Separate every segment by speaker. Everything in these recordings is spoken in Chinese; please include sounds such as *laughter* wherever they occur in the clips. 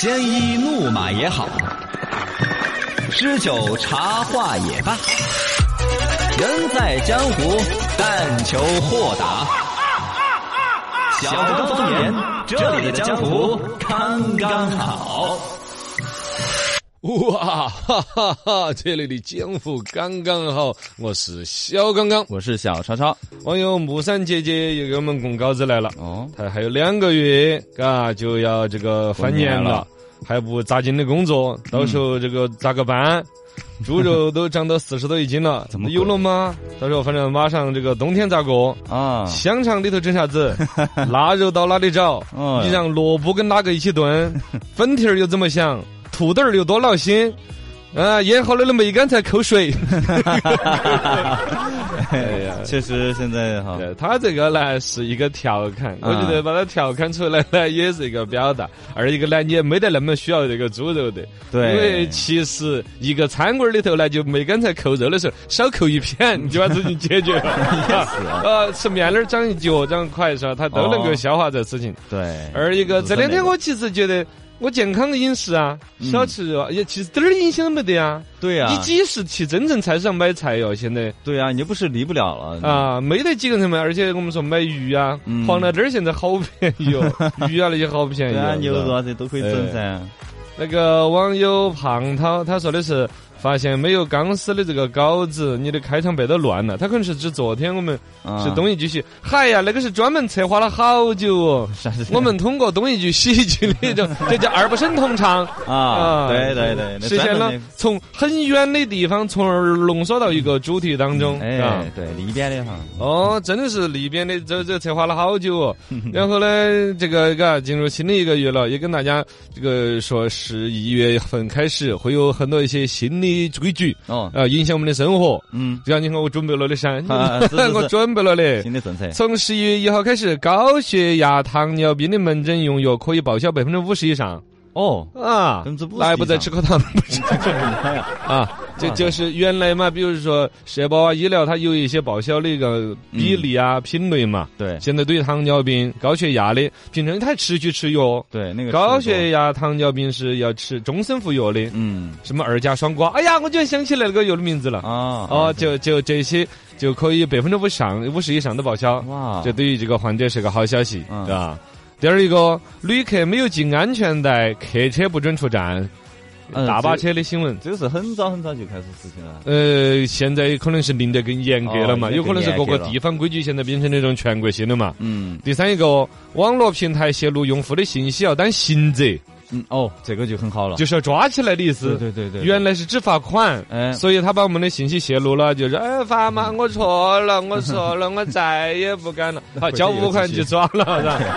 Speaker 1: 鲜衣怒马也好，诗酒茶话也罢，人在江湖，但求豁达。小刚方言，这里的江湖刚刚好。
Speaker 2: 哇，哈哈哈！这里的江湖刚刚好，我是小刚刚。
Speaker 3: 我是小超超。
Speaker 2: 网友木山姐姐也给我们供稿子来了，
Speaker 3: 哦，
Speaker 2: 她还有两个月，嘎就要这个翻年
Speaker 3: 过年
Speaker 2: 了
Speaker 3: 了，
Speaker 2: 还不扎紧的工作，到时候这个咋个办？猪肉都涨到四十多一斤了，
Speaker 3: 嗯怎么
Speaker 2: 有
Speaker 3: 贵
Speaker 2: 了吗？到时候反正马上这个冬天咋过？
Speaker 3: 啊，
Speaker 2: 香肠里头整啥 *laughs* 子？腊肉到哪里找？
Speaker 3: 哦
Speaker 2: 你让萝卜跟哪个一起炖？ *laughs* 粉蹄儿又怎么想？土豆儿有多闹心？啊，腌好了的梅干菜扣水。 *laughs* 哎 *laughs* 呀，
Speaker 3: 确实现在哈，
Speaker 2: 呃他这个呢是一个调侃，我觉得把它调侃出来呢也是一个表达。二一个呢，你也没得那么需要这个猪肉的，
Speaker 3: 对
Speaker 2: 因为其实一个餐馆里头呢，就梅干菜扣肉的时候少扣一片， *laughs* 你就把事情解决
Speaker 3: *laughs*
Speaker 2: 了。
Speaker 3: 啊
Speaker 2: *laughs* 呃，吃面那儿长一脚长块是吧？他都能够
Speaker 3: 哦
Speaker 2: 消化这事情。
Speaker 3: 对，
Speaker 2: 二一个
Speaker 3: 哎是
Speaker 2: 这两天
Speaker 3: 那个
Speaker 2: 我其实觉得。我健康的饮食啊，少吃肉啊，也其实点儿影响都没得啊。
Speaker 3: 对啊
Speaker 2: 你，几时去真正菜市场买菜哟？现在
Speaker 3: 对啊，你又不是离不了了，
Speaker 2: 啊，没得几个人买，而且我们说买鱼啊，
Speaker 3: 嗯
Speaker 2: 黄辣根儿现在好便宜
Speaker 3: *laughs*
Speaker 2: 哦，鱼啊那些好便宜
Speaker 3: 对
Speaker 2: 哦。
Speaker 3: 啊，牛
Speaker 2: 是
Speaker 3: 肉
Speaker 2: 吧
Speaker 3: 啊这都可以整噻，
Speaker 2: 那个网友胖涛他说的是，发现没有钢丝的这个稿子，你的开场白都乱了。他可能是指昨天我们
Speaker 3: 啊
Speaker 2: 是东一局喜，嗨呀，那个是专门策划了好久
Speaker 3: *laughs*
Speaker 2: 哦。
Speaker 3: 啥子
Speaker 2: 我们通过东一局喜剧的一
Speaker 3: *laughs*
Speaker 2: 种，这叫二不生同唱。
Speaker 3: 啊，对对对，那
Speaker 2: 实现
Speaker 3: 专
Speaker 2: 了
Speaker 3: 门
Speaker 2: 从很远的地方，从而浓缩到一个主题当中。
Speaker 3: 那
Speaker 2: 啊
Speaker 3: 哎，对，里边的哈，
Speaker 2: 哦，真的是里边的这这策划了好久
Speaker 3: *laughs*
Speaker 2: 哦。然后呢，这个嘎进入新的一个月了，也跟大家这个说，十一月份开始会有很多一些新的规矩
Speaker 3: 哦，
Speaker 2: 啊、影响我们的生活。
Speaker 3: 嗯，
Speaker 2: 就像你看，我准备了的噻，
Speaker 3: 啊是是是
Speaker 2: *laughs* 我准备了的。
Speaker 3: *laughs* 新的政策，
Speaker 2: 从十一月一号开始，高血压、糖尿病的门诊用药可以报销百分之五十以上
Speaker 3: 哦，
Speaker 2: 啊
Speaker 3: 50%！
Speaker 2: 来不再吃口糖，不
Speaker 3: *laughs*
Speaker 2: 是啊，就
Speaker 3: 哇
Speaker 2: 就是原来嘛，比如说社保啊、医疗，它有一些报销的一个比例啊、品类嘛。
Speaker 3: 嗯对
Speaker 2: 现在对于糖尿病、高血压的，平常他还持续吃药。
Speaker 3: 对，那个
Speaker 2: 高
Speaker 3: 吃得多
Speaker 2: 血压、糖尿病是要吃终身服药的，
Speaker 3: 嗯
Speaker 2: 什么二甲双胍。哎呀，我居然想起来那个药的名字
Speaker 1: 嗯
Speaker 2: 了。
Speaker 3: 啊，
Speaker 2: 哦，就就这些就可以百分之五上五十以上的报销。
Speaker 3: 哇，
Speaker 2: 这对于这个患者是个好消息，
Speaker 3: 啊嗯
Speaker 2: 对吧？第二一个，旅客没有系安全带，客车不准出站，
Speaker 3: 嗯
Speaker 2: 大巴
Speaker 3: 这
Speaker 2: 车的新闻。
Speaker 3: 这个是很早很早就开始实行了，
Speaker 2: 呃，现在可能是定得更严格了嘛，
Speaker 3: 哦
Speaker 2: 有可能是各
Speaker 3: 严格
Speaker 2: 个
Speaker 3: 了
Speaker 2: 地方规矩现在变成那种全国性的嘛。
Speaker 3: 嗯
Speaker 2: 第三一个，网络平台泄露用户的信息要担刑责，
Speaker 3: 嗯，哦，这个就很好了，
Speaker 2: 就是要抓起来的意
Speaker 3: 对
Speaker 2: 思。
Speaker 3: 对对对，
Speaker 2: 原来是只罚款，
Speaker 3: 哎
Speaker 2: 所以他把我们的信息泄露了，就是哎，罚嘛，我错
Speaker 3: *laughs*
Speaker 2: 了，我错了，我再也不敢了。好，
Speaker 3: 回去
Speaker 2: 交五
Speaker 3: 又
Speaker 2: 块
Speaker 3: 继续
Speaker 2: 就抓了，是吧？
Speaker 3: *laughs*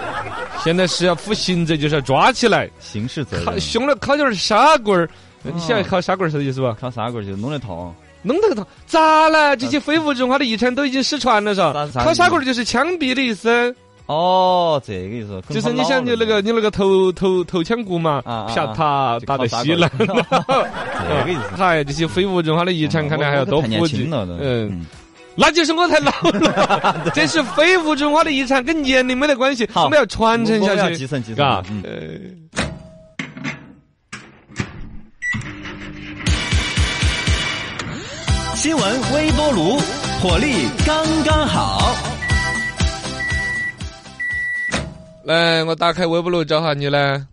Speaker 2: 现在是要负刑责，就是要抓起来，
Speaker 3: 刑事责
Speaker 2: 烤
Speaker 3: 任。
Speaker 2: 凶了烤点儿砂棍儿。你
Speaker 3: 哦
Speaker 2: 想烤砂棍儿是啥意思吧？
Speaker 3: 靠砂棍儿就是弄得痛，
Speaker 2: 弄得个头咋了？这些非物质文化的遗产都已经失传了，是吧
Speaker 3: 咋？咋
Speaker 2: 烤砂棍儿就是枪毙的意思，
Speaker 3: 哦，这个意思，可
Speaker 2: 就是
Speaker 3: 能他
Speaker 2: 你
Speaker 3: 老
Speaker 2: 想你
Speaker 3: 了
Speaker 2: 那个你那个头头头腔骨嘛
Speaker 3: 嗯啊啊，啊
Speaker 2: 啪嗒
Speaker 3: 就
Speaker 2: 打
Speaker 3: 靠
Speaker 2: 得
Speaker 3: 砂
Speaker 2: 稀
Speaker 3: *laughs* 棍
Speaker 2: 烂
Speaker 3: 儿
Speaker 2: 了
Speaker 3: 这个意 *laughs* 思。
Speaker 2: 嗨，这些非物质文化的遗产，看来还要多
Speaker 3: 嗯我太
Speaker 2: 普
Speaker 3: 年
Speaker 2: 及
Speaker 3: 轻。了，
Speaker 2: 嗯，那就是我太老了，这是非物质文化的遗产，跟年龄没得关系，
Speaker 3: 好
Speaker 2: 我们要传
Speaker 3: 传
Speaker 2: 承下去
Speaker 3: 继。承继承
Speaker 2: 嘎，
Speaker 3: 嗯
Speaker 2: 呃
Speaker 1: 新闻微波炉，火力刚刚好。
Speaker 2: 来，我打开微波炉找下你呢。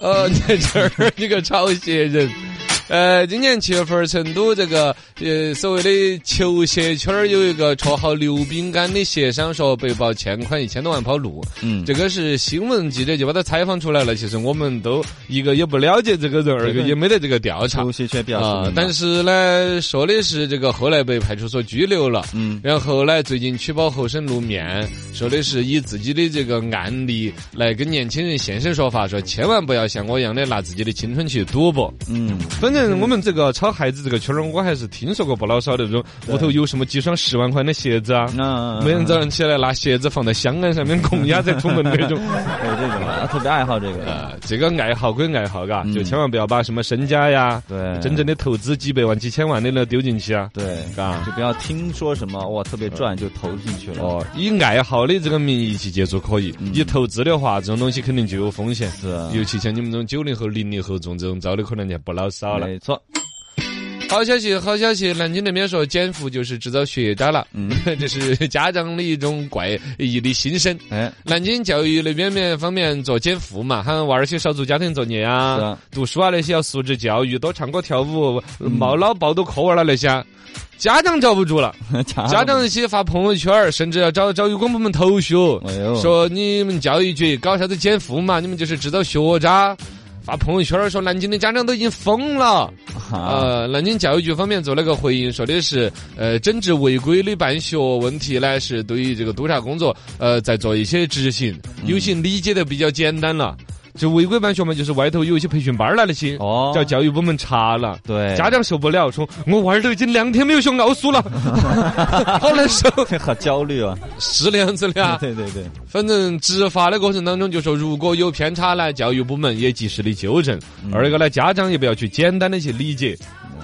Speaker 2: 哦， *laughs* 你在这儿，你个炒鞋人。呃，今年七月份儿，成都这个呃所谓的球鞋圈儿有一个绰号“刘饼干”的鞋商说被曝欠款一千多万跑路。
Speaker 3: 嗯，
Speaker 2: 这个是新闻记者就把他采访出来了。其实我们都一个也不了解这个人，二个也没得这个调查
Speaker 3: 球鞋圈比较
Speaker 2: 啊、
Speaker 3: 熟，
Speaker 2: 但是呢，说的是这个后来被派出所拘留了。
Speaker 3: 嗯，
Speaker 2: 然后呢，最近取保候审露面，说的是以自己的这个案例来跟年轻人现身说法，说千万不要像我一样的拿自己的青春去赌博。
Speaker 3: 嗯
Speaker 2: 反正正我们这个炒孩子这个圈儿，我还是听说过不老少的这种屋头有什么几双十万块的鞋子啊，
Speaker 3: 嗯，
Speaker 2: 每天早上起来拿鞋子放在香案上面供鸭在出门那种。
Speaker 3: 有这种啊，特别爱好这
Speaker 2: *laughs*
Speaker 3: 个，
Speaker 2: 呃，这个爱好归爱好，嘎，
Speaker 3: 嗯
Speaker 2: 就千万不要把什么身家呀，
Speaker 3: 对
Speaker 2: 真正的投资几百万、几千万的那丢进去啊，
Speaker 3: 对，
Speaker 2: 嘎。
Speaker 3: 就不要听说什么哇特别赚就投进去了，
Speaker 2: 哦，以爱好的这个名义去接触可以，
Speaker 3: 嗯
Speaker 2: 你投资的话，这种东西肯定就有风险。
Speaker 3: 是啊
Speaker 2: 尤其像你们这种九零后、零零后中这种招的，可能就不老少了。
Speaker 3: 没错，
Speaker 2: 好消息，好消息！南京那边说，减负就是制造学渣了，
Speaker 3: 嗯
Speaker 2: *laughs* 这是家长的一种怪异的心声。
Speaker 3: 哎，
Speaker 2: 南京教育那边面方面做减负嘛，喊娃儿些少做家庭作业
Speaker 3: 是
Speaker 2: 啊 *laughs*
Speaker 3: 啊， *laughs*
Speaker 2: 读书啊那些要素质教育，多唱歌跳舞，冒老抱到课文了那些啊。家长遭不住了，
Speaker 3: 家
Speaker 2: 家长一起发朋友圈儿，甚至要找找有关部门投诉，
Speaker 3: 哎呦
Speaker 2: 说你们教育局搞啥子减负嘛，你们就是制造学渣。发朋友圈儿说南京的家长都已经疯了。
Speaker 3: 啊，
Speaker 2: 呃，南京教育局方面做了个回应，说的是，呃，整治违规的办学问题呢，是对于这个督察工作，呃，在做一些执行，有些理解的比较简单了。就违规办学嘛，就是外头有一些培训班儿了那些，
Speaker 3: 哦
Speaker 2: 叫教育部门查了。
Speaker 3: 对，
Speaker 2: 家长受不了，说我娃儿都已经两天没有学奥 *laughs* 数了，好难受，
Speaker 3: 好焦虑啊，
Speaker 2: 是那样子的啊。
Speaker 3: 对对对，
Speaker 2: 反正执法的过程当中，就说如果有偏差呢，教育部门也及时的纠正。二一个呢，家长也不要去简单的去理解，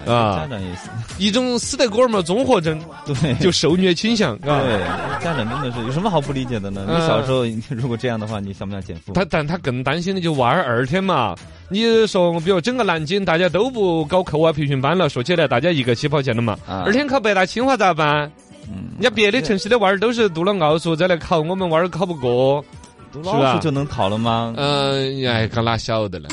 Speaker 2: 啊
Speaker 3: 家长也是，
Speaker 2: 一种死得哥们儿综合征， *laughs*
Speaker 3: 对，
Speaker 2: 就受虐倾向 *laughs* 啊。
Speaker 3: 对，家长真的是有什么好不理解的呢？
Speaker 2: 嗯
Speaker 3: 你 *laughs* 小时候如果这样的话，你想不想减负？
Speaker 2: 他但他更担心的就娃儿二天嘛。你说，比如整个南京大家都不搞课外培训班了，说起来大家一个起跑线了嘛。
Speaker 3: 啊
Speaker 2: 二天考北大清华咋办？
Speaker 3: 嗯
Speaker 2: 人，家别的城市的娃儿都是读了奥数再来考，我们娃儿考不过。
Speaker 3: 读
Speaker 2: 是
Speaker 3: 老
Speaker 2: 吧
Speaker 3: 鼠就能考了吗？
Speaker 2: 嗯、哎，刚哪晓得呢？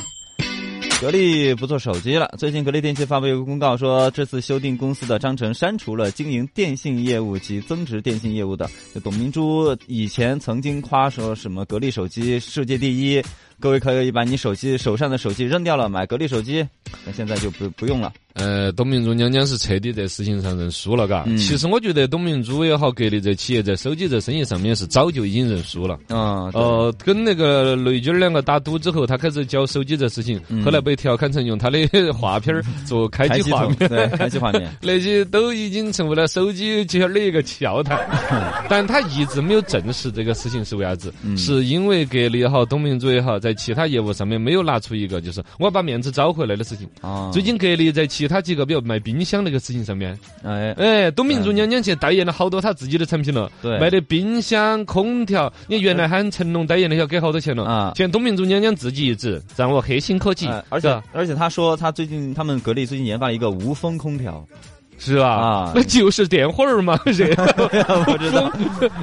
Speaker 3: 格力不做手机了。最近格力电器发布一个公告说，这次修订公司的章程删除了经营电信业务及增值电信业务的。就董明珠以前曾经夸说什么格力手机世界第一，各位可以把你手机手上的手机扔掉了，买格力手机。那现在就不不用了。
Speaker 2: 呃，董明珠娘娘是彻底在事情上认输了，嘎。
Speaker 3: 嗯
Speaker 2: 其实我觉得董明珠也好，格力这企业在手机这生意上面是早就已经认输了。
Speaker 3: 嗯，对
Speaker 2: 呃，跟那个雷军儿两个打赌之后，他开始教手机这事情，
Speaker 3: 嗯
Speaker 2: 后来被调侃成用他的 *laughs* 画片儿做开
Speaker 3: 开
Speaker 2: 机
Speaker 3: 机
Speaker 2: 画
Speaker 3: 筒
Speaker 2: 面。
Speaker 3: 对，嗯开机画面。
Speaker 2: *laughs* 那些都已经成为了手机圈儿的一个笑
Speaker 3: *laughs*
Speaker 2: 谈，但他一直没有证实这个事情是为啥子，
Speaker 3: 嗯
Speaker 2: 是因为格力也好，董明珠也好，在其他业务上面没有拿出一个就是我要把面子找回来的事情。
Speaker 3: 啊，
Speaker 2: 最近格力在其他几个，比如卖冰箱那个事情上面，
Speaker 3: 哎，
Speaker 2: 哎，董明珠娘娘去代言了好多她自己的产品了，
Speaker 3: 嗯对
Speaker 2: 卖的冰箱、空调，你原来喊成龙代言那要给好多钱了
Speaker 3: 啊
Speaker 2: 现在董明珠娘娘自己一指，让我黑心科技
Speaker 3: 哎，而
Speaker 2: 是
Speaker 3: 且
Speaker 2: 吧
Speaker 3: 而且他说他最近他们格力最近研发了一个无风空
Speaker 2: *laughs*
Speaker 3: 调，
Speaker 2: 是吧？
Speaker 3: 啊
Speaker 2: 那就是电火儿嘛，热，
Speaker 3: 不知道，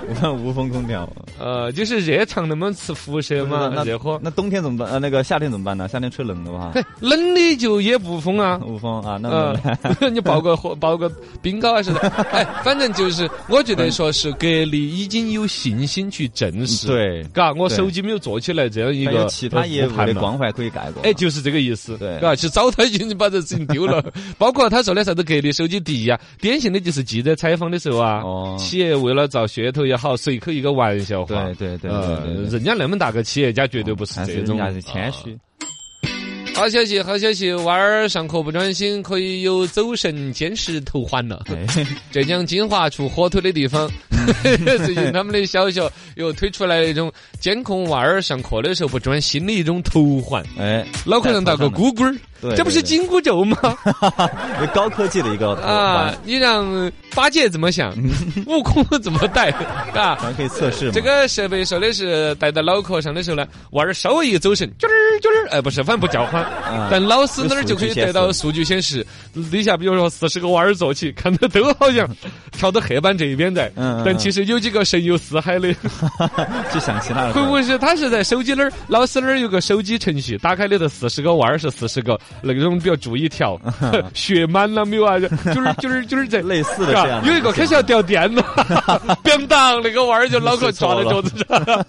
Speaker 3: 我看无风空调。
Speaker 2: 呃，就是热场那么是辐射
Speaker 3: 那
Speaker 2: 嘛，
Speaker 3: 那
Speaker 2: 热火。
Speaker 3: 那冬天怎么办？呃，那个夏天怎么办呢？夏天吹冷的吧，
Speaker 2: 嘿，冷的就也不疯啊。
Speaker 3: 无风啊，那
Speaker 2: 呃
Speaker 3: 怎么办，
Speaker 2: *laughs* 你爆个
Speaker 3: *laughs*
Speaker 2: 火，爆个冰糕啊似的，哎，反正就是，我觉得说是格力已经有信心去证实，
Speaker 3: 对，
Speaker 2: 嘎，我
Speaker 3: 对
Speaker 2: 手机没有做起来这样一
Speaker 3: 还
Speaker 2: 个呃
Speaker 3: 有其他业务的光环可以改过。
Speaker 2: 哎，就是这个意思，
Speaker 3: 对
Speaker 2: 嘎，去找他已经把这事情丢
Speaker 3: *laughs*
Speaker 2: 了。包括他说的啥子格力手机第一啊，典型的就是记者采访的时候啊，
Speaker 3: 哦
Speaker 2: 企业为了造噱头也好，随口一个玩笑话。
Speaker 3: 对对对
Speaker 2: 呃
Speaker 3: 对对对，
Speaker 2: 人家那么大个企业家绝对不是
Speaker 3: 还
Speaker 2: 这
Speaker 3: 是
Speaker 2: 种啊
Speaker 3: 人家是谦虚。
Speaker 2: 好消息，好消息，娃儿上课不专心，可以有走神监视头环了。
Speaker 3: *laughs* 哎，
Speaker 2: 浙江金华出火腿的地
Speaker 3: *laughs*
Speaker 2: 方，最近他们的小学又推出来一种监控娃儿上课的时候不专心的一种头环，
Speaker 3: 哎，
Speaker 2: 脑壳上打个
Speaker 3: 在头上
Speaker 2: 咕咕儿，
Speaker 3: 对
Speaker 2: 这不是
Speaker 3: 对
Speaker 2: 紧箍
Speaker 3: *laughs*
Speaker 2: 咒吗？
Speaker 3: 对高科技的一个
Speaker 2: 啊
Speaker 3: 啊，，
Speaker 2: 你让八戒怎么
Speaker 3: *laughs*
Speaker 2: 想，悟空怎么带，啊？
Speaker 3: 咱可以测试嘛。
Speaker 2: 这个设备说的是戴在脑壳上的时候呢，娃儿稍微一走神，啾儿啾儿，哎，不是，反正不叫唤，
Speaker 3: 啊
Speaker 2: 但老师那儿就可以得到数据显示，底下比如说四十个娃儿坐起，看着都好像朝到黑板这一边在，
Speaker 3: 嗯嗯
Speaker 2: 但其实有几个神游四海
Speaker 3: *laughs*
Speaker 2: 的，
Speaker 3: 就想其他的事
Speaker 2: 会
Speaker 3: 儿。
Speaker 2: 不会是他是在手机那儿，老师那儿有个手机程序，打开里头四十个娃儿是四十个，那种比较注意条，
Speaker 3: *laughs* 嗯
Speaker 2: 学满了没有啊？就是就是就是在
Speaker 3: 类似的这样的
Speaker 2: 有一个开始要掉电
Speaker 3: *laughs*
Speaker 2: 了，咣当，那个娃儿就脑壳抓在桌子上。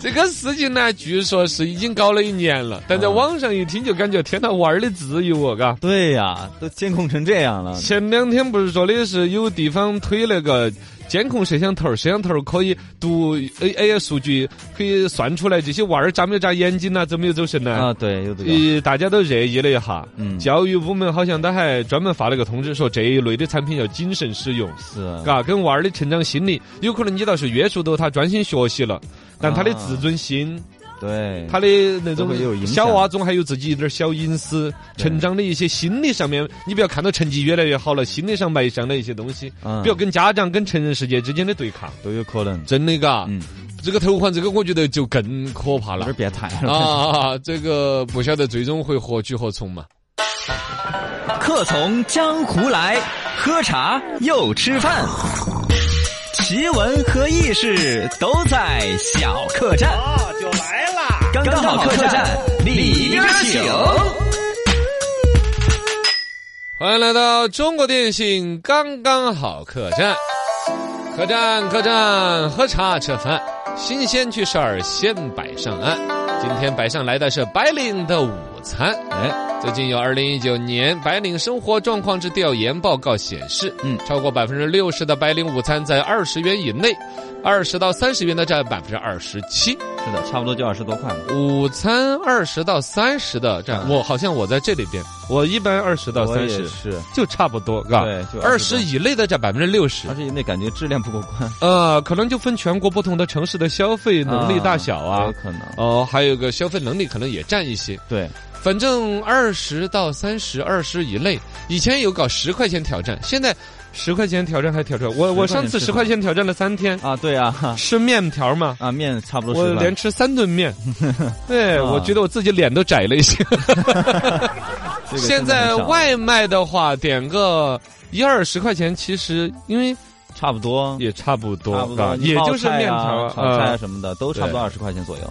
Speaker 2: 这个事情呢，据说是已经搞了一年了，但在网上一听就感觉天呐，娃儿的自由哦，嘎。
Speaker 3: 对呀，都监控成这样了。
Speaker 2: 前两天不是说的是有地方推那个监控摄像头，摄像头可以读 A A I 数据，可以算出来这些娃儿眨没眨眼睛呐，走没有走神呐。
Speaker 3: 啊，对，有这个，
Speaker 2: 呃，大家都热议了一下，
Speaker 3: 嗯
Speaker 2: 教育部门好像他还专门发了个通知，说这一类的产品要谨慎使用，
Speaker 3: 是啊，
Speaker 2: 嘎，跟娃儿的成长心理，有可能你倒是约束到他专心学习了，但他的
Speaker 3: 啊
Speaker 2: 自尊心，
Speaker 3: 对，
Speaker 2: 他的那
Speaker 3: 都
Speaker 2: 种
Speaker 3: 会有影响
Speaker 2: 小娃中还有自己一点儿小隐私，
Speaker 3: 对
Speaker 2: 成长的一些心理上面，你不要看到成绩越来越好了，心理上埋上的一些东西，
Speaker 3: 嗯
Speaker 2: 不要跟家长跟成人世界之间的对抗，
Speaker 3: 都有可能，
Speaker 2: 真的嘎，
Speaker 3: 嗯，
Speaker 2: 这个头环这个我觉得就更可怕
Speaker 3: 有
Speaker 2: 了
Speaker 3: 点。变态了。
Speaker 2: 啊，这个不晓得最终会何去何从嘛？
Speaker 1: 客从江湖来，喝茶又吃饭，奇闻和异事都在小客栈。
Speaker 4: 啊就来啦！
Speaker 1: 刚刚好客栈，里边请。
Speaker 2: 欢迎来到中国电信刚刚好客栈，客栈客栈，喝茶吃饭，新鲜趣事儿先摆上岸。今天摆上来的是白领的午餐。
Speaker 3: 哎，
Speaker 2: 最近有二零一九年白领生活状况之调研报告显示，
Speaker 3: 嗯
Speaker 2: 嗯，超过百分之六十的白领午餐在二十元以内，二十到三十元的占百分之二十七，
Speaker 3: 是的，差不多就二十多块嘛。
Speaker 2: 午餐二十到三十的占、
Speaker 3: 啊
Speaker 2: 我好像我在这里边，我一般二十到
Speaker 3: 我
Speaker 2: 三
Speaker 3: 也
Speaker 2: 十
Speaker 3: 是，
Speaker 2: 就差不多，嘎，
Speaker 3: 对就
Speaker 2: 二
Speaker 3: 20
Speaker 2: 十以内的占百分之六十
Speaker 3: 而。且那感觉质量不过关
Speaker 2: 呃，可能就分全国不同的城市的消费能力大小啊
Speaker 3: 有，可能。
Speaker 2: 哦，还有个消费能力可能也占一些。
Speaker 3: 对，
Speaker 2: 反正二十到三十，二十以内，以前有搞十块钱挑战，现在十块钱挑战还挑战。我我
Speaker 3: 10块钱
Speaker 2: 上次
Speaker 3: 吃
Speaker 2: 十块钱挑战了三天，
Speaker 3: 啊，对啊， *laughs* 哈
Speaker 2: 吃面条嘛，
Speaker 3: 啊，面差不多
Speaker 2: 我
Speaker 3: 是吧
Speaker 2: 连？吃三顿
Speaker 3: *laughs*
Speaker 2: 面，对
Speaker 3: 啊
Speaker 2: 我觉得我自己脸都窄了一些。
Speaker 3: 这个
Speaker 2: 现在
Speaker 3: 很少
Speaker 2: 外卖的话，点个一二十块钱，其实因为
Speaker 3: 差不多，
Speaker 2: 也差不多，
Speaker 3: 差不多
Speaker 2: 啊，也就是面条
Speaker 3: 啊、
Speaker 2: 啊
Speaker 3: 炒菜啊
Speaker 2: 呃
Speaker 3: 什么的，都差不多
Speaker 2: 对
Speaker 3: 二十块钱左右。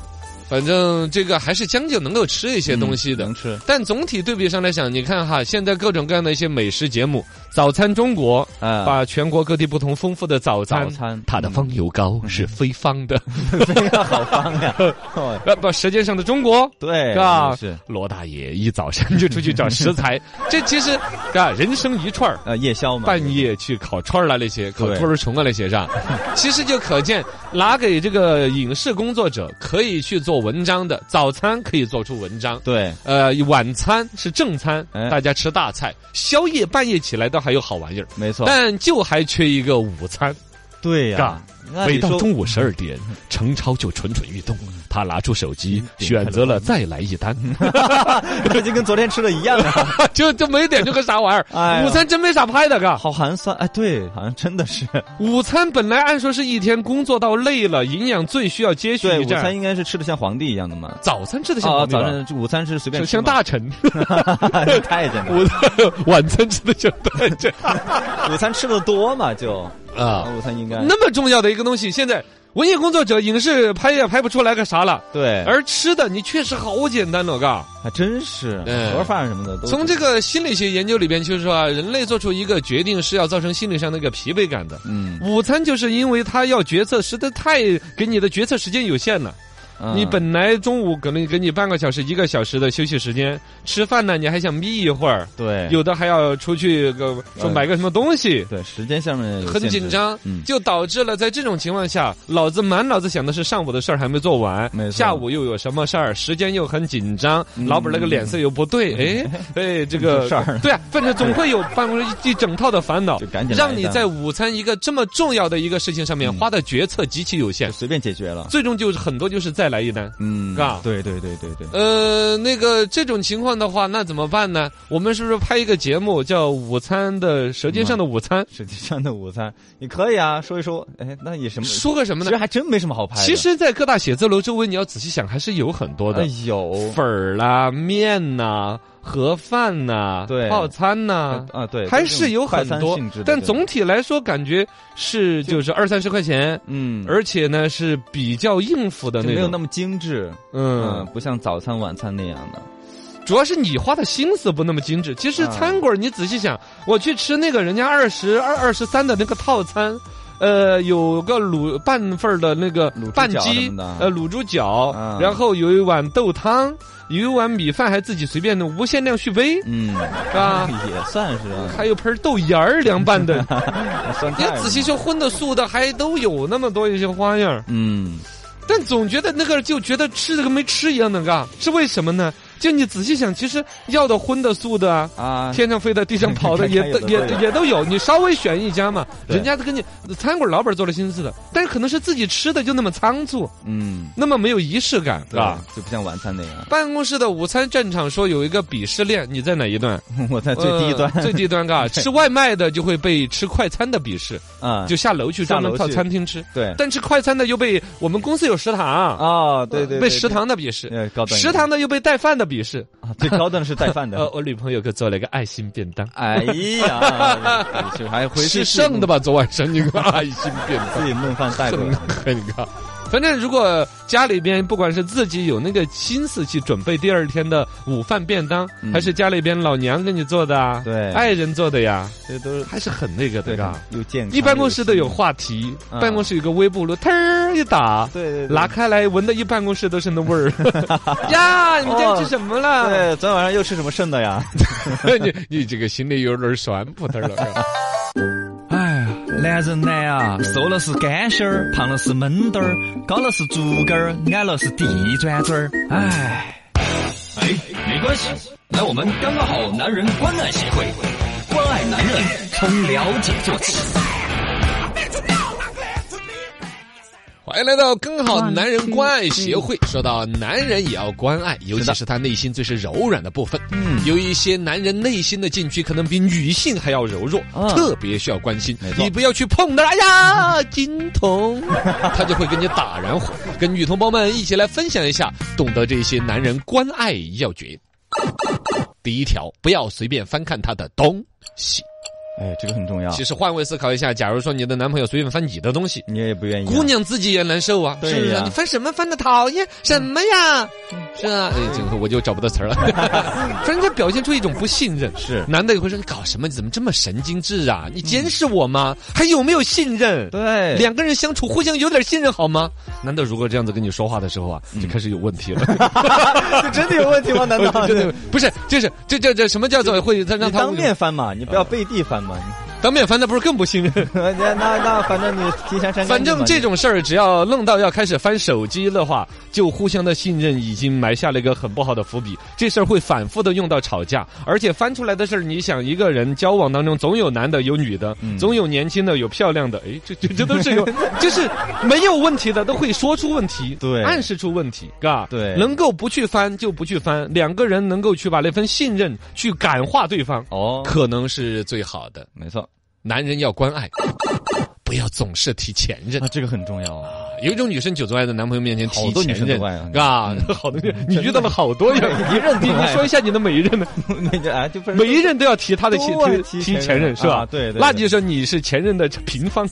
Speaker 2: 反正这个还是将就能够吃一些
Speaker 3: 嗯
Speaker 2: 东西的。
Speaker 3: 能吃，
Speaker 2: 但总体对比上来讲，你看哈，现在各种各样的一些美食节目，《早餐中国》
Speaker 3: 啊，
Speaker 2: 把全国各地不同丰富的早嗯餐，
Speaker 3: 早餐 *laughs* 嗯
Speaker 2: 它的方油糕是非方的，
Speaker 3: 好方
Speaker 2: *laughs*
Speaker 3: 呀！哦
Speaker 2: 呃、 *laughs* 不，舌尖上的中国。
Speaker 3: 对，
Speaker 2: 吧
Speaker 3: 是
Speaker 2: 罗大爷一早上就出去找食
Speaker 3: *laughs*
Speaker 2: 材，这其实啊，人生一串儿，
Speaker 3: 呃夜宵嘛，
Speaker 2: 半夜去烤串儿啊啦那些，烤
Speaker 3: 对
Speaker 2: 兔儿虫啊那些是
Speaker 3: *laughs*
Speaker 2: 吧？其实就可见，拿给这个影视工作者可以去做文章的，早餐可以做出文章。
Speaker 3: 对，
Speaker 2: 呃，晚餐是正餐
Speaker 3: 哎，
Speaker 2: 大家吃大菜；宵夜半夜起来倒还有好玩意儿，
Speaker 3: 没错，
Speaker 2: 但就还缺一个午餐。
Speaker 3: 对呀
Speaker 2: 嘎。
Speaker 3: 那
Speaker 2: 每
Speaker 3: 你嗯
Speaker 2: 到
Speaker 3: *laughs* 说
Speaker 2: 中午十二点，程超就蠢蠢欲动，他拿出手机
Speaker 3: 嗯点
Speaker 2: 选
Speaker 3: 开
Speaker 2: 择了再来一
Speaker 3: *laughs*
Speaker 2: 单， *laughs*
Speaker 3: 那就跟昨天吃的一样啊，
Speaker 2: 就就没点这个啥玩意
Speaker 3: 哎
Speaker 2: 儿。
Speaker 3: 呀
Speaker 2: 午餐真没啥拍的，嘎。
Speaker 3: 好寒酸哎，对，好像真的是
Speaker 2: 午餐本来按说是一天工作到累了，营养最需要接续
Speaker 3: 对
Speaker 2: 一
Speaker 3: 午餐
Speaker 2: 战。
Speaker 3: 应该是吃的像皇帝一样的嘛。
Speaker 2: 早餐吃的像
Speaker 3: 啊，
Speaker 2: 皇帝
Speaker 3: 早
Speaker 2: 吧，
Speaker 3: 上午餐是随
Speaker 2: 像
Speaker 3: 便吃
Speaker 2: 像
Speaker 3: 嘛，
Speaker 2: 大臣， *laughs*
Speaker 3: *laughs* 太监了。
Speaker 2: 午餐 *laughs* 晚餐吃的像大臣 *laughs*
Speaker 3: 午餐吃的多嘛就
Speaker 2: 啊
Speaker 3: 啊，。午餐应该
Speaker 2: 那么重要的一个东西，现在文艺工作者影视拍也拍不出来个啥了。
Speaker 3: 对，
Speaker 2: 而吃的，你确实好简单了，嘎。
Speaker 3: 还真是
Speaker 2: 嗯
Speaker 3: 盒饭什么的都
Speaker 2: 从这个心理学研究里边，就是说啊，人类做出一个决定是要造成心理上的一个疲惫感的。
Speaker 3: 嗯，
Speaker 2: 午餐就是因为他要决策，实在太给你的决策时间有限了。
Speaker 3: 嗯
Speaker 2: 你本来中午可能给你半个小时、一个小时的休息时间，吃饭呢你还想眯一会儿，
Speaker 3: 对
Speaker 2: 有的还要出去个说买个什么东西，
Speaker 3: 对时间上面有
Speaker 2: 很
Speaker 3: 限制
Speaker 2: 紧张
Speaker 3: 嗯，
Speaker 2: 就导致了在这种情况下，老子满脑子想的是上午的事儿还没做完
Speaker 3: 没，错
Speaker 2: 下午又有什么事儿，时间又很紧张，老板那个脸色又不
Speaker 3: *laughs*
Speaker 2: 对，哎哎，这
Speaker 3: 这
Speaker 2: 个
Speaker 3: 嗯事儿
Speaker 2: 对啊，反正总会有办公室一整套的烦恼
Speaker 3: *laughs* 就，赶紧来
Speaker 2: 让
Speaker 3: 一嗯
Speaker 2: 你
Speaker 3: 单
Speaker 2: 在午餐一个这么重要的一个事情上面花的决策极其有限
Speaker 3: 就，随便解决了。
Speaker 2: 最终就是很多就是再来一单。
Speaker 3: 嗯，
Speaker 2: 嘎
Speaker 3: 对对对对对，
Speaker 2: 呃，那个这种情况的话，那怎么办呢？我们是不是拍一个节目叫《午餐的《舌尖上的午餐》
Speaker 3: 实际上的午餐也可以啊，说一说，哎，那也什么，
Speaker 2: 说个什么
Speaker 3: 其
Speaker 2: 呢
Speaker 3: 实？还真没什么好拍的。
Speaker 2: 其实，在各大写字楼周围，你要仔细想，还是有很多
Speaker 3: 哎
Speaker 2: 的、
Speaker 3: 有
Speaker 2: 粉儿啦、面呐、盒饭呐、
Speaker 3: 对
Speaker 2: 套餐呐、
Speaker 3: 啊对，
Speaker 2: 还是有很
Speaker 3: 快餐
Speaker 2: 多
Speaker 3: 性质的。
Speaker 2: 但
Speaker 3: 这种
Speaker 2: 总体来说，感觉是就是二三十块钱，
Speaker 3: 嗯，
Speaker 2: 而且呢是比较应付的
Speaker 3: 就
Speaker 2: 那
Speaker 3: 没有
Speaker 2: 种
Speaker 3: 那。么精致，嗯
Speaker 2: 嗯，，
Speaker 3: 不像早餐晚餐那样的。
Speaker 2: 主要是你花的心思不那么精致。其实
Speaker 3: 啊
Speaker 2: 餐馆儿你仔细想，我去吃那个人家二十二、二十三的那个套餐。呃，有个卤半份儿的那个
Speaker 3: 卤猪
Speaker 2: 半
Speaker 3: 脚什
Speaker 2: 鸡
Speaker 3: 么的，
Speaker 2: 呃，卤猪脚
Speaker 3: 啊，
Speaker 2: 然后有一碗豆汤，有碗米饭还自己随便弄，无限量续杯，
Speaker 3: 嗯，
Speaker 2: 是吧？
Speaker 3: *laughs* 也算是啊，
Speaker 2: 还有盆豆芽儿凉拌
Speaker 3: *laughs*
Speaker 2: 的，
Speaker 3: 哎酸
Speaker 2: 你
Speaker 3: 菜
Speaker 2: 要
Speaker 3: 嘛。
Speaker 2: 仔细说，荤的素的还都有那么多一些花样儿。
Speaker 3: 嗯，
Speaker 2: 但总觉得那个就觉得吃的跟没吃一样的，嘎，是为什么呢？就你仔细想，其实要的荤的素的啊。
Speaker 3: 啊，
Speaker 2: 天上飞的、地上跑
Speaker 3: *laughs*
Speaker 2: 的也
Speaker 3: 看看
Speaker 2: 都
Speaker 3: 有
Speaker 2: 也
Speaker 3: 的都有
Speaker 2: 也都有，你稍微选一家嘛，
Speaker 3: 对
Speaker 2: 人家都跟你餐馆老板做了心思的，但是可能是自己吃的就那么仓促，
Speaker 3: 嗯，
Speaker 2: 那么没有仪式感，啊
Speaker 3: 对吧？就不像晚餐那样， *laughs*
Speaker 2: 办公室的午餐战场说有一个鄙视链，你在哪一段？
Speaker 3: 我 *laughs* 在最
Speaker 2: *laughs*
Speaker 3: 低端
Speaker 2: 呃最低端嘎，
Speaker 3: *laughs* 对
Speaker 2: 吃外卖的就会被吃快餐的鄙视，
Speaker 3: 啊，
Speaker 2: 就下楼去专门
Speaker 3: 下楼
Speaker 2: 靠
Speaker 3: 去
Speaker 2: 餐厅吃，
Speaker 3: 对，
Speaker 2: 但吃快餐的又被我们公司有食堂，啊
Speaker 3: 哦，对对，
Speaker 2: 被
Speaker 3: 对
Speaker 2: 食，堂的鄙视，
Speaker 3: 对呃，高端一
Speaker 2: 食
Speaker 3: 点
Speaker 2: 堂的又被带饭的鄙视。
Speaker 3: 啊最高端的是带 *laughs* 饭
Speaker 2: 呃
Speaker 3: 的，，
Speaker 2: 我女朋友给做了一个爱心便当。
Speaker 3: 哎呀， *laughs* 是还回去
Speaker 2: 吃剩的
Speaker 3: 吧，
Speaker 2: 吧？昨晚上你个爱心便
Speaker 3: 自己弄饭带过来，
Speaker 2: 当，你看。反正如果家里边不管是自己有那个心思去准备第二天的午饭便当，
Speaker 3: 嗯
Speaker 2: 还是家里边老娘给你做的啊，
Speaker 3: 对
Speaker 2: 爱人做的呀，
Speaker 3: 这都是
Speaker 2: 还是很那个的
Speaker 3: *laughs* 对啊
Speaker 2: 嘎。
Speaker 3: 又健康，
Speaker 2: 一办公室都有
Speaker 3: 新，
Speaker 2: 话题，
Speaker 3: 嗯
Speaker 2: 办公室有个微波炉，腾儿一打，
Speaker 3: 对对，对
Speaker 2: 拿。开来闻的一办公室都是那味
Speaker 3: *laughs*
Speaker 2: 儿。呀，你们今天吃什么了？
Speaker 3: 对，昨天晚上又吃什么剩的 *laughs* 呀？
Speaker 2: *laughs* 你你这个心里有点酸葡萄了。
Speaker 3: *laughs*
Speaker 4: 哎呀，男人难啊，瘦了是干心儿，胖了是闷墩儿，高了是竹竿儿，矮了是地砖砖儿。哎，
Speaker 1: 哎，没关系，来我们刚刚好男人关爱协会，关爱男人，从了解做起。
Speaker 2: 欢迎来到更好男人关爱协会。说到男人也要关爱，尤其是他内心最是柔软的部分。嗯，有一些男人内心的禁区可能比女性还要柔弱，
Speaker 3: 嗯
Speaker 2: 特别需要关心
Speaker 3: 没。错
Speaker 2: 你不要去碰它，哎呀，金童，他就会跟你打燃火。跟女同胞们一起来分享一下，懂得这些男人关爱要诀。第一条，不要随便翻看他的东西。
Speaker 3: 哎，这个很重要，
Speaker 2: 其实换位思考一下，假如说你的男朋友随便翻你的东西，
Speaker 3: 你也不愿意啊。
Speaker 2: 姑娘自己也难受啊，
Speaker 3: 对
Speaker 2: 是不是啊
Speaker 3: 呀？
Speaker 2: 你翻什么翻的讨厌什么呀？是啊，哎这个我就找不到 *laughs* 词儿了。反正就表现出一种不信任。
Speaker 3: 是
Speaker 2: 男的也会说：“你搞什么？你怎么这么神经质啊？你监视我吗？还有没有信任？”
Speaker 3: 对，
Speaker 2: 两个人相处，互相有点信任好吗？男的如果这样子跟你说话的时候啊，就开始有问题了。
Speaker 3: 这真的有问 *laughs* 题吗？难道
Speaker 2: 真的 *laughs* 不是，就是这这这什么叫做会他让
Speaker 3: 你
Speaker 2: 他
Speaker 3: 当面嗯翻嘛，你不要背地翻嘛。
Speaker 2: 当面翻，那不是更不信任？
Speaker 3: *laughs* 那那那，反正你提前删干净嘛。
Speaker 2: 反正这种事儿，只要弄到要开始翻手机的话，就互相的信任已经埋下了一个很不好的伏笔。这事儿会反复的用到吵架，而且翻出来的事儿，你想一个人交往当中，总有男的，有女的，
Speaker 3: 嗯
Speaker 2: 总有年轻的，有漂亮的，哎，这这这都是 *laughs* 有，就是没有问题的，都会说出问题，
Speaker 3: 对
Speaker 2: 暗示出问题，嘎，
Speaker 3: 对
Speaker 2: 能够不去翻就不去翻，两个人能够去把那份信任去感化对方，
Speaker 3: 哦，
Speaker 2: 可能是最好的。
Speaker 3: 没错
Speaker 2: 男人要关爱，不要总是提前任。
Speaker 3: 啊，这个很重要啊。
Speaker 2: 有一种女生就总爱在男朋友面前提
Speaker 3: 好多女
Speaker 2: 前
Speaker 3: 生都
Speaker 2: 任
Speaker 3: 爱啊，
Speaker 2: 啊， *laughs* 好多女，你遇到了好多呀，
Speaker 3: 一任
Speaker 2: 你
Speaker 3: 都
Speaker 2: 你
Speaker 3: 爱
Speaker 2: 说一下你的每一任 *laughs* 呢？
Speaker 3: *laughs* 那就啊，就分
Speaker 2: 每一任都要提他的前
Speaker 3: 都爱提
Speaker 2: 提
Speaker 3: 前
Speaker 2: 前任
Speaker 3: 任
Speaker 2: 是吧
Speaker 3: 啊？对对
Speaker 2: 那
Speaker 3: 对
Speaker 2: 就说你是前任的平方。 *laughs*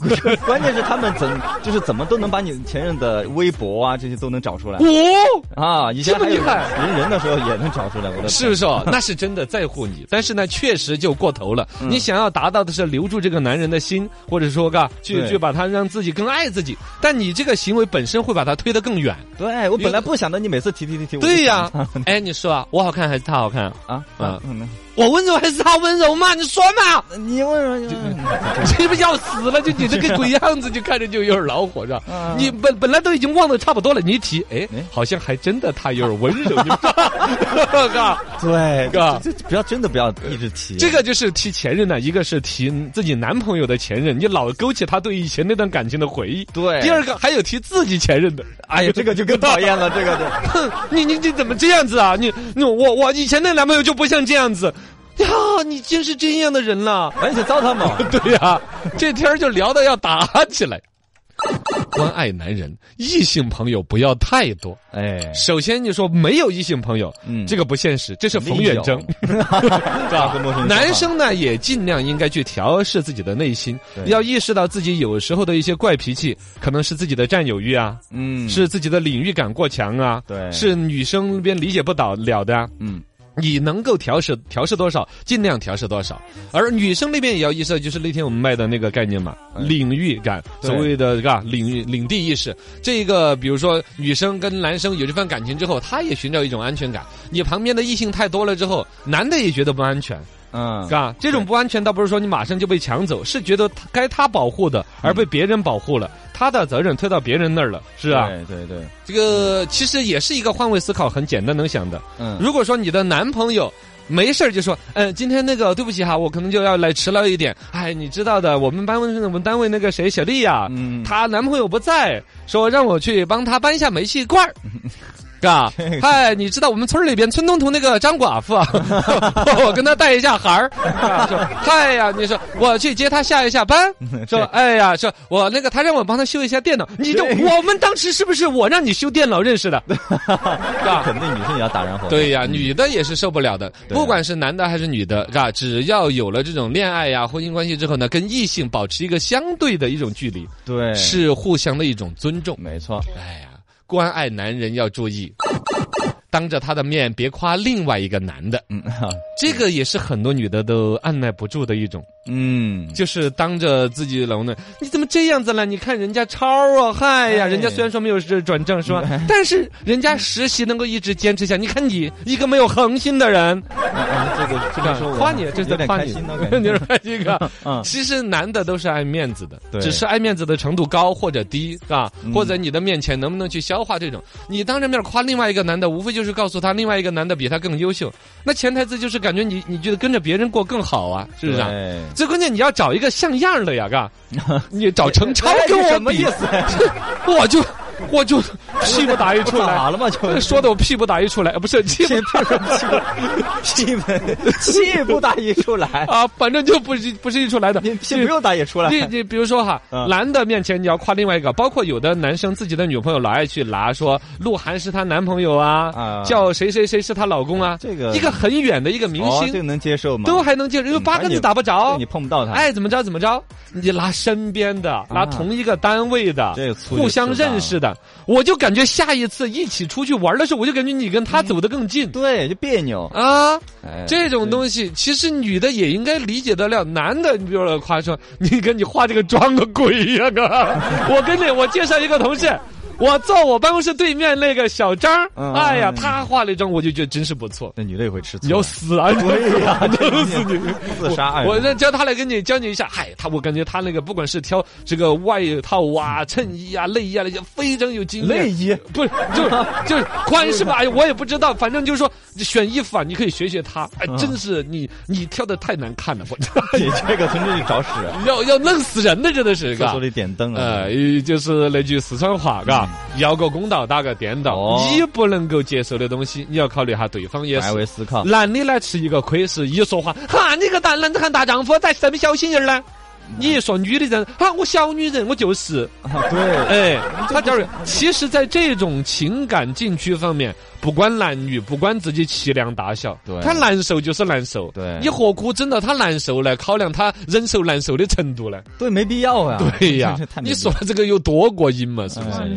Speaker 3: 关键是他们怎就是怎么都能把你前任的微博啊这些都能找出来
Speaker 2: 哦，
Speaker 3: 啊。以前
Speaker 2: 这么
Speaker 3: 还有
Speaker 2: 厉害
Speaker 3: 人人的时候也能找出来，我的
Speaker 2: 是不 *laughs* 是？哦？那是真的在乎你，但是呢，确实就过头了。你想要达到的是留住这个男人的心，或者说嘎，去
Speaker 3: 对
Speaker 2: 去把他让自己更爱自己，但你这个行为本身会把他推得更远。
Speaker 3: 对我本来不想的，你每次提提提提，我就
Speaker 2: 对呀
Speaker 3: 想，
Speaker 2: 哎，你说啊，我好看还是他好看啊？
Speaker 3: 啊
Speaker 2: 啊
Speaker 3: 啊，嗯
Speaker 2: 我温柔还是他温柔嘛？你说嘛？
Speaker 3: 你问嗯问，
Speaker 2: *laughs* 这不要死了，就你这个鬼样子，就看着就有点恼火，是吧？
Speaker 3: 嗯
Speaker 2: 你本本来都已经忘得差不多了，你一提，哎
Speaker 3: 哎，
Speaker 2: 好像还真的他有点温柔，你知道
Speaker 3: *laughs*
Speaker 2: 吧？
Speaker 3: 对，
Speaker 2: 哥
Speaker 3: 这这不要真的不要一直提
Speaker 2: 这个就是提前任啊呢，一个是提自己男朋友的前任，你老勾起他对以前那段感情的回忆；
Speaker 3: 对
Speaker 2: 第二个还有提自己前任的，*laughs*
Speaker 3: 哎呀，这个就更讨厌了，这个就。
Speaker 2: 哼，你你你怎么这样子啊？你你我我以前那男朋友就不像这样子，呀，你竟是这样的人了。
Speaker 3: 而且哎糟蹋嘛，
Speaker 2: *laughs* 对呀、这天儿就聊到要打起来。关爱男人，异性朋友不要太多。
Speaker 3: 哎，
Speaker 2: 首先，你说没有异性朋友，
Speaker 3: 嗯
Speaker 2: 这个不现实，这是冯远征， *laughs* 是吧
Speaker 3: 跟陌生人说话
Speaker 2: 男生呢也尽量应该去调试自己的内心，
Speaker 3: 对
Speaker 2: 要意识到自己有时候的一些怪脾气，可能是自己的占有欲啊，
Speaker 3: 嗯
Speaker 2: 是自己的领域感过强啊，
Speaker 3: 对
Speaker 2: 是女生那边理解不到了的啊。
Speaker 3: 嗯，
Speaker 2: 你能够调试调试多少，尽量调试多少。而女生那边也要意识到，就是那天我们卖的那个概念嘛，领域感，
Speaker 3: 哎对
Speaker 2: 所谓的嘎领域领地意识。这个比如说女生跟男生有这份感情之后，她也寻找一种安全感。你旁边的异性太多了之后，男的也觉得不安全，
Speaker 3: 嗯，
Speaker 2: 嘎，这种不安全倒不是说你马上就被抢走，是觉得他该他保护的，而被别人保护了，他的责任推到别人那儿了，是啊。
Speaker 3: 嗯对对对，
Speaker 2: 这个其实也是一个换位思考，很简单能想的。
Speaker 3: 嗯，
Speaker 2: 如果说你的男朋友没事儿就说，嗯、今天那个对不起哈，我可能就要来迟了一点。哎，你知道的，我们班我们单位那个谁小丽呀、
Speaker 3: 嗯 *laughs*
Speaker 2: 她男朋友不在，说让我去帮她搬一下煤气
Speaker 3: *laughs*
Speaker 2: 罐儿。嘎，嗨，你知道我们村儿里边村东头那个张寡
Speaker 3: *laughs*
Speaker 2: 妇啊，我跟她带一下孩儿，啊说嗨呀，你说我去接她下一下
Speaker 3: *laughs*
Speaker 2: 班，说哎呀，说我那个她让我帮她修一下电脑，你就我们当时是不是我让你修电脑认识
Speaker 3: *laughs*
Speaker 2: 的？
Speaker 3: 这肯定女生也要打燃火。
Speaker 2: 对呀、女的也是受不了的，
Speaker 3: 对啊
Speaker 2: 不管是男的还是女的，是吧？只要有了这种恋爱呀、婚姻关系之后呢，跟异性保持一个相对的一种距离，
Speaker 3: 对，
Speaker 2: 是互相的一种尊重。
Speaker 3: 没错，
Speaker 2: 哎呀，关爱男人要注意，当着他的面别夸另外一个男的，
Speaker 3: 嗯
Speaker 2: 这个也是很多女的都按耐不住的一种，
Speaker 3: 嗯，
Speaker 2: 就是当着自己老公的，你怎么这样子了？你看人家超啊，嗨呀，
Speaker 3: 哎
Speaker 2: 人家虽然说没有是转正是吧？但是人家实习能够一直坚持下，你看你一个没有恒心的人。
Speaker 3: 啊这个这个说我
Speaker 2: 夸你，这
Speaker 3: 有
Speaker 2: 是在
Speaker 3: 点
Speaker 2: 夸
Speaker 3: 开
Speaker 2: 你
Speaker 3: 心呢，
Speaker 2: *laughs*
Speaker 3: 感，
Speaker 2: 你
Speaker 3: 觉
Speaker 2: 是。开心啊
Speaker 3: 嗯
Speaker 2: 其实男的都是爱面子的，
Speaker 3: 对
Speaker 2: 只是爱面子的程度高或者低，啊，
Speaker 3: 嗯
Speaker 2: 或者你的面前能不能去消化这种？你当着面夸另外一个男的，无非就是告诉他另外一个男的比他更优秀，那潜台词就是感觉你你觉得跟着别人过更好啊，是不是啊？
Speaker 3: 对
Speaker 2: 最关键你要找一个像样的呀，
Speaker 3: *laughs*
Speaker 2: 嘎，你找程超
Speaker 3: 哎
Speaker 2: 跟我比，
Speaker 3: 什么 *laughs* 意思？
Speaker 2: 我就我就屁股打一处
Speaker 3: 咋
Speaker 2: 来，
Speaker 3: *laughs* 了嘛？就
Speaker 2: 说的我屁股打一处来，呃不
Speaker 3: *laughs*
Speaker 2: 是气
Speaker 3: 气气气气不打一处来，
Speaker 2: 啊，反正就不是不是一处来的，
Speaker 3: 你屁不用打也出
Speaker 2: *laughs*
Speaker 3: 来。*laughs*
Speaker 2: 你你比如说哈，
Speaker 3: 嗯
Speaker 2: 男的面前你要夸另外一个，包括有的男生自己的女朋友老爱去拿说鹿晗是她男朋友啊
Speaker 3: 啊，
Speaker 2: 叫谁谁谁是她老公啊，
Speaker 3: 这个
Speaker 2: 一个很远的一个明
Speaker 3: 哦，这个
Speaker 2: 星
Speaker 3: 能接受吗？
Speaker 2: 都还能接受，因为八竿子打不
Speaker 3: 对
Speaker 2: 着
Speaker 3: 你。啊碰不到他。
Speaker 2: 爱怎么着怎么着，你拿身边的，拿同一个单位的
Speaker 3: 啊这个，粗就
Speaker 2: 互相
Speaker 3: 知道
Speaker 2: 认识的，我就感觉下一次一起出去玩的时候，我就感觉你跟他走得更近
Speaker 3: 嗯对，就别扭。
Speaker 2: 啊。
Speaker 3: 哎
Speaker 2: 这种东西，其实女的也应该理解得了，男的，你比如说夸说，你跟你化这个妆个鬼呀、哥！
Speaker 3: *laughs*
Speaker 2: 我跟你，我介绍一个同事，我坐我办公室对面那个小张，
Speaker 3: 嗯
Speaker 2: 哎呀，
Speaker 3: 嗯
Speaker 2: 他化了妆，我就觉得真是不错。
Speaker 3: 那女的也会吃醋。
Speaker 2: 你要死啊！对呀、弄死你！
Speaker 3: 自杀爱人
Speaker 2: 我我那教他来给你教你一下。嗨，他我感觉他那个不管是挑这个外套啊、衬衣啊、内衣啊那些，非常有经验。
Speaker 3: 内衣，
Speaker 2: 不是，就是就是宽是吧？哎，我也不知道，反正就是说选衣服啊，你可以学学他。哎，真是你你挑的太难看了，我 *laughs*
Speaker 3: 你这个真是找屎啊！
Speaker 2: 要要弄死人的，真的是
Speaker 3: 厕
Speaker 2: 嘎
Speaker 3: 所。里点灯啊！
Speaker 2: 呃，就是那句四川话，嘎，要个公道，打个颠倒
Speaker 3: 哦。
Speaker 2: 你不能够接受的东西，你要考虑下对方也
Speaker 3: 换
Speaker 2: 是。
Speaker 3: 位思考，
Speaker 2: 男的呢吃一个亏是一说话，哈，你个大男子汉大丈夫，咋这么小心眼儿呢？你一说女的人，哈，我小女人，我就是。
Speaker 3: 啊对，
Speaker 2: *laughs* 哎，他就是，其实，在这种情感禁区方面，不管男女，不管自己气量大小，
Speaker 3: 对
Speaker 2: 他难受就是难受。
Speaker 3: 对
Speaker 2: 你何苦真到他难受来考量他忍受难受的程度呢？
Speaker 3: 对，没必要啊！
Speaker 2: 对呀
Speaker 3: *laughs* 真是太，没
Speaker 2: 你
Speaker 3: 必要
Speaker 2: 说这个有多过瘾嘛？是不
Speaker 3: 哎
Speaker 2: 是？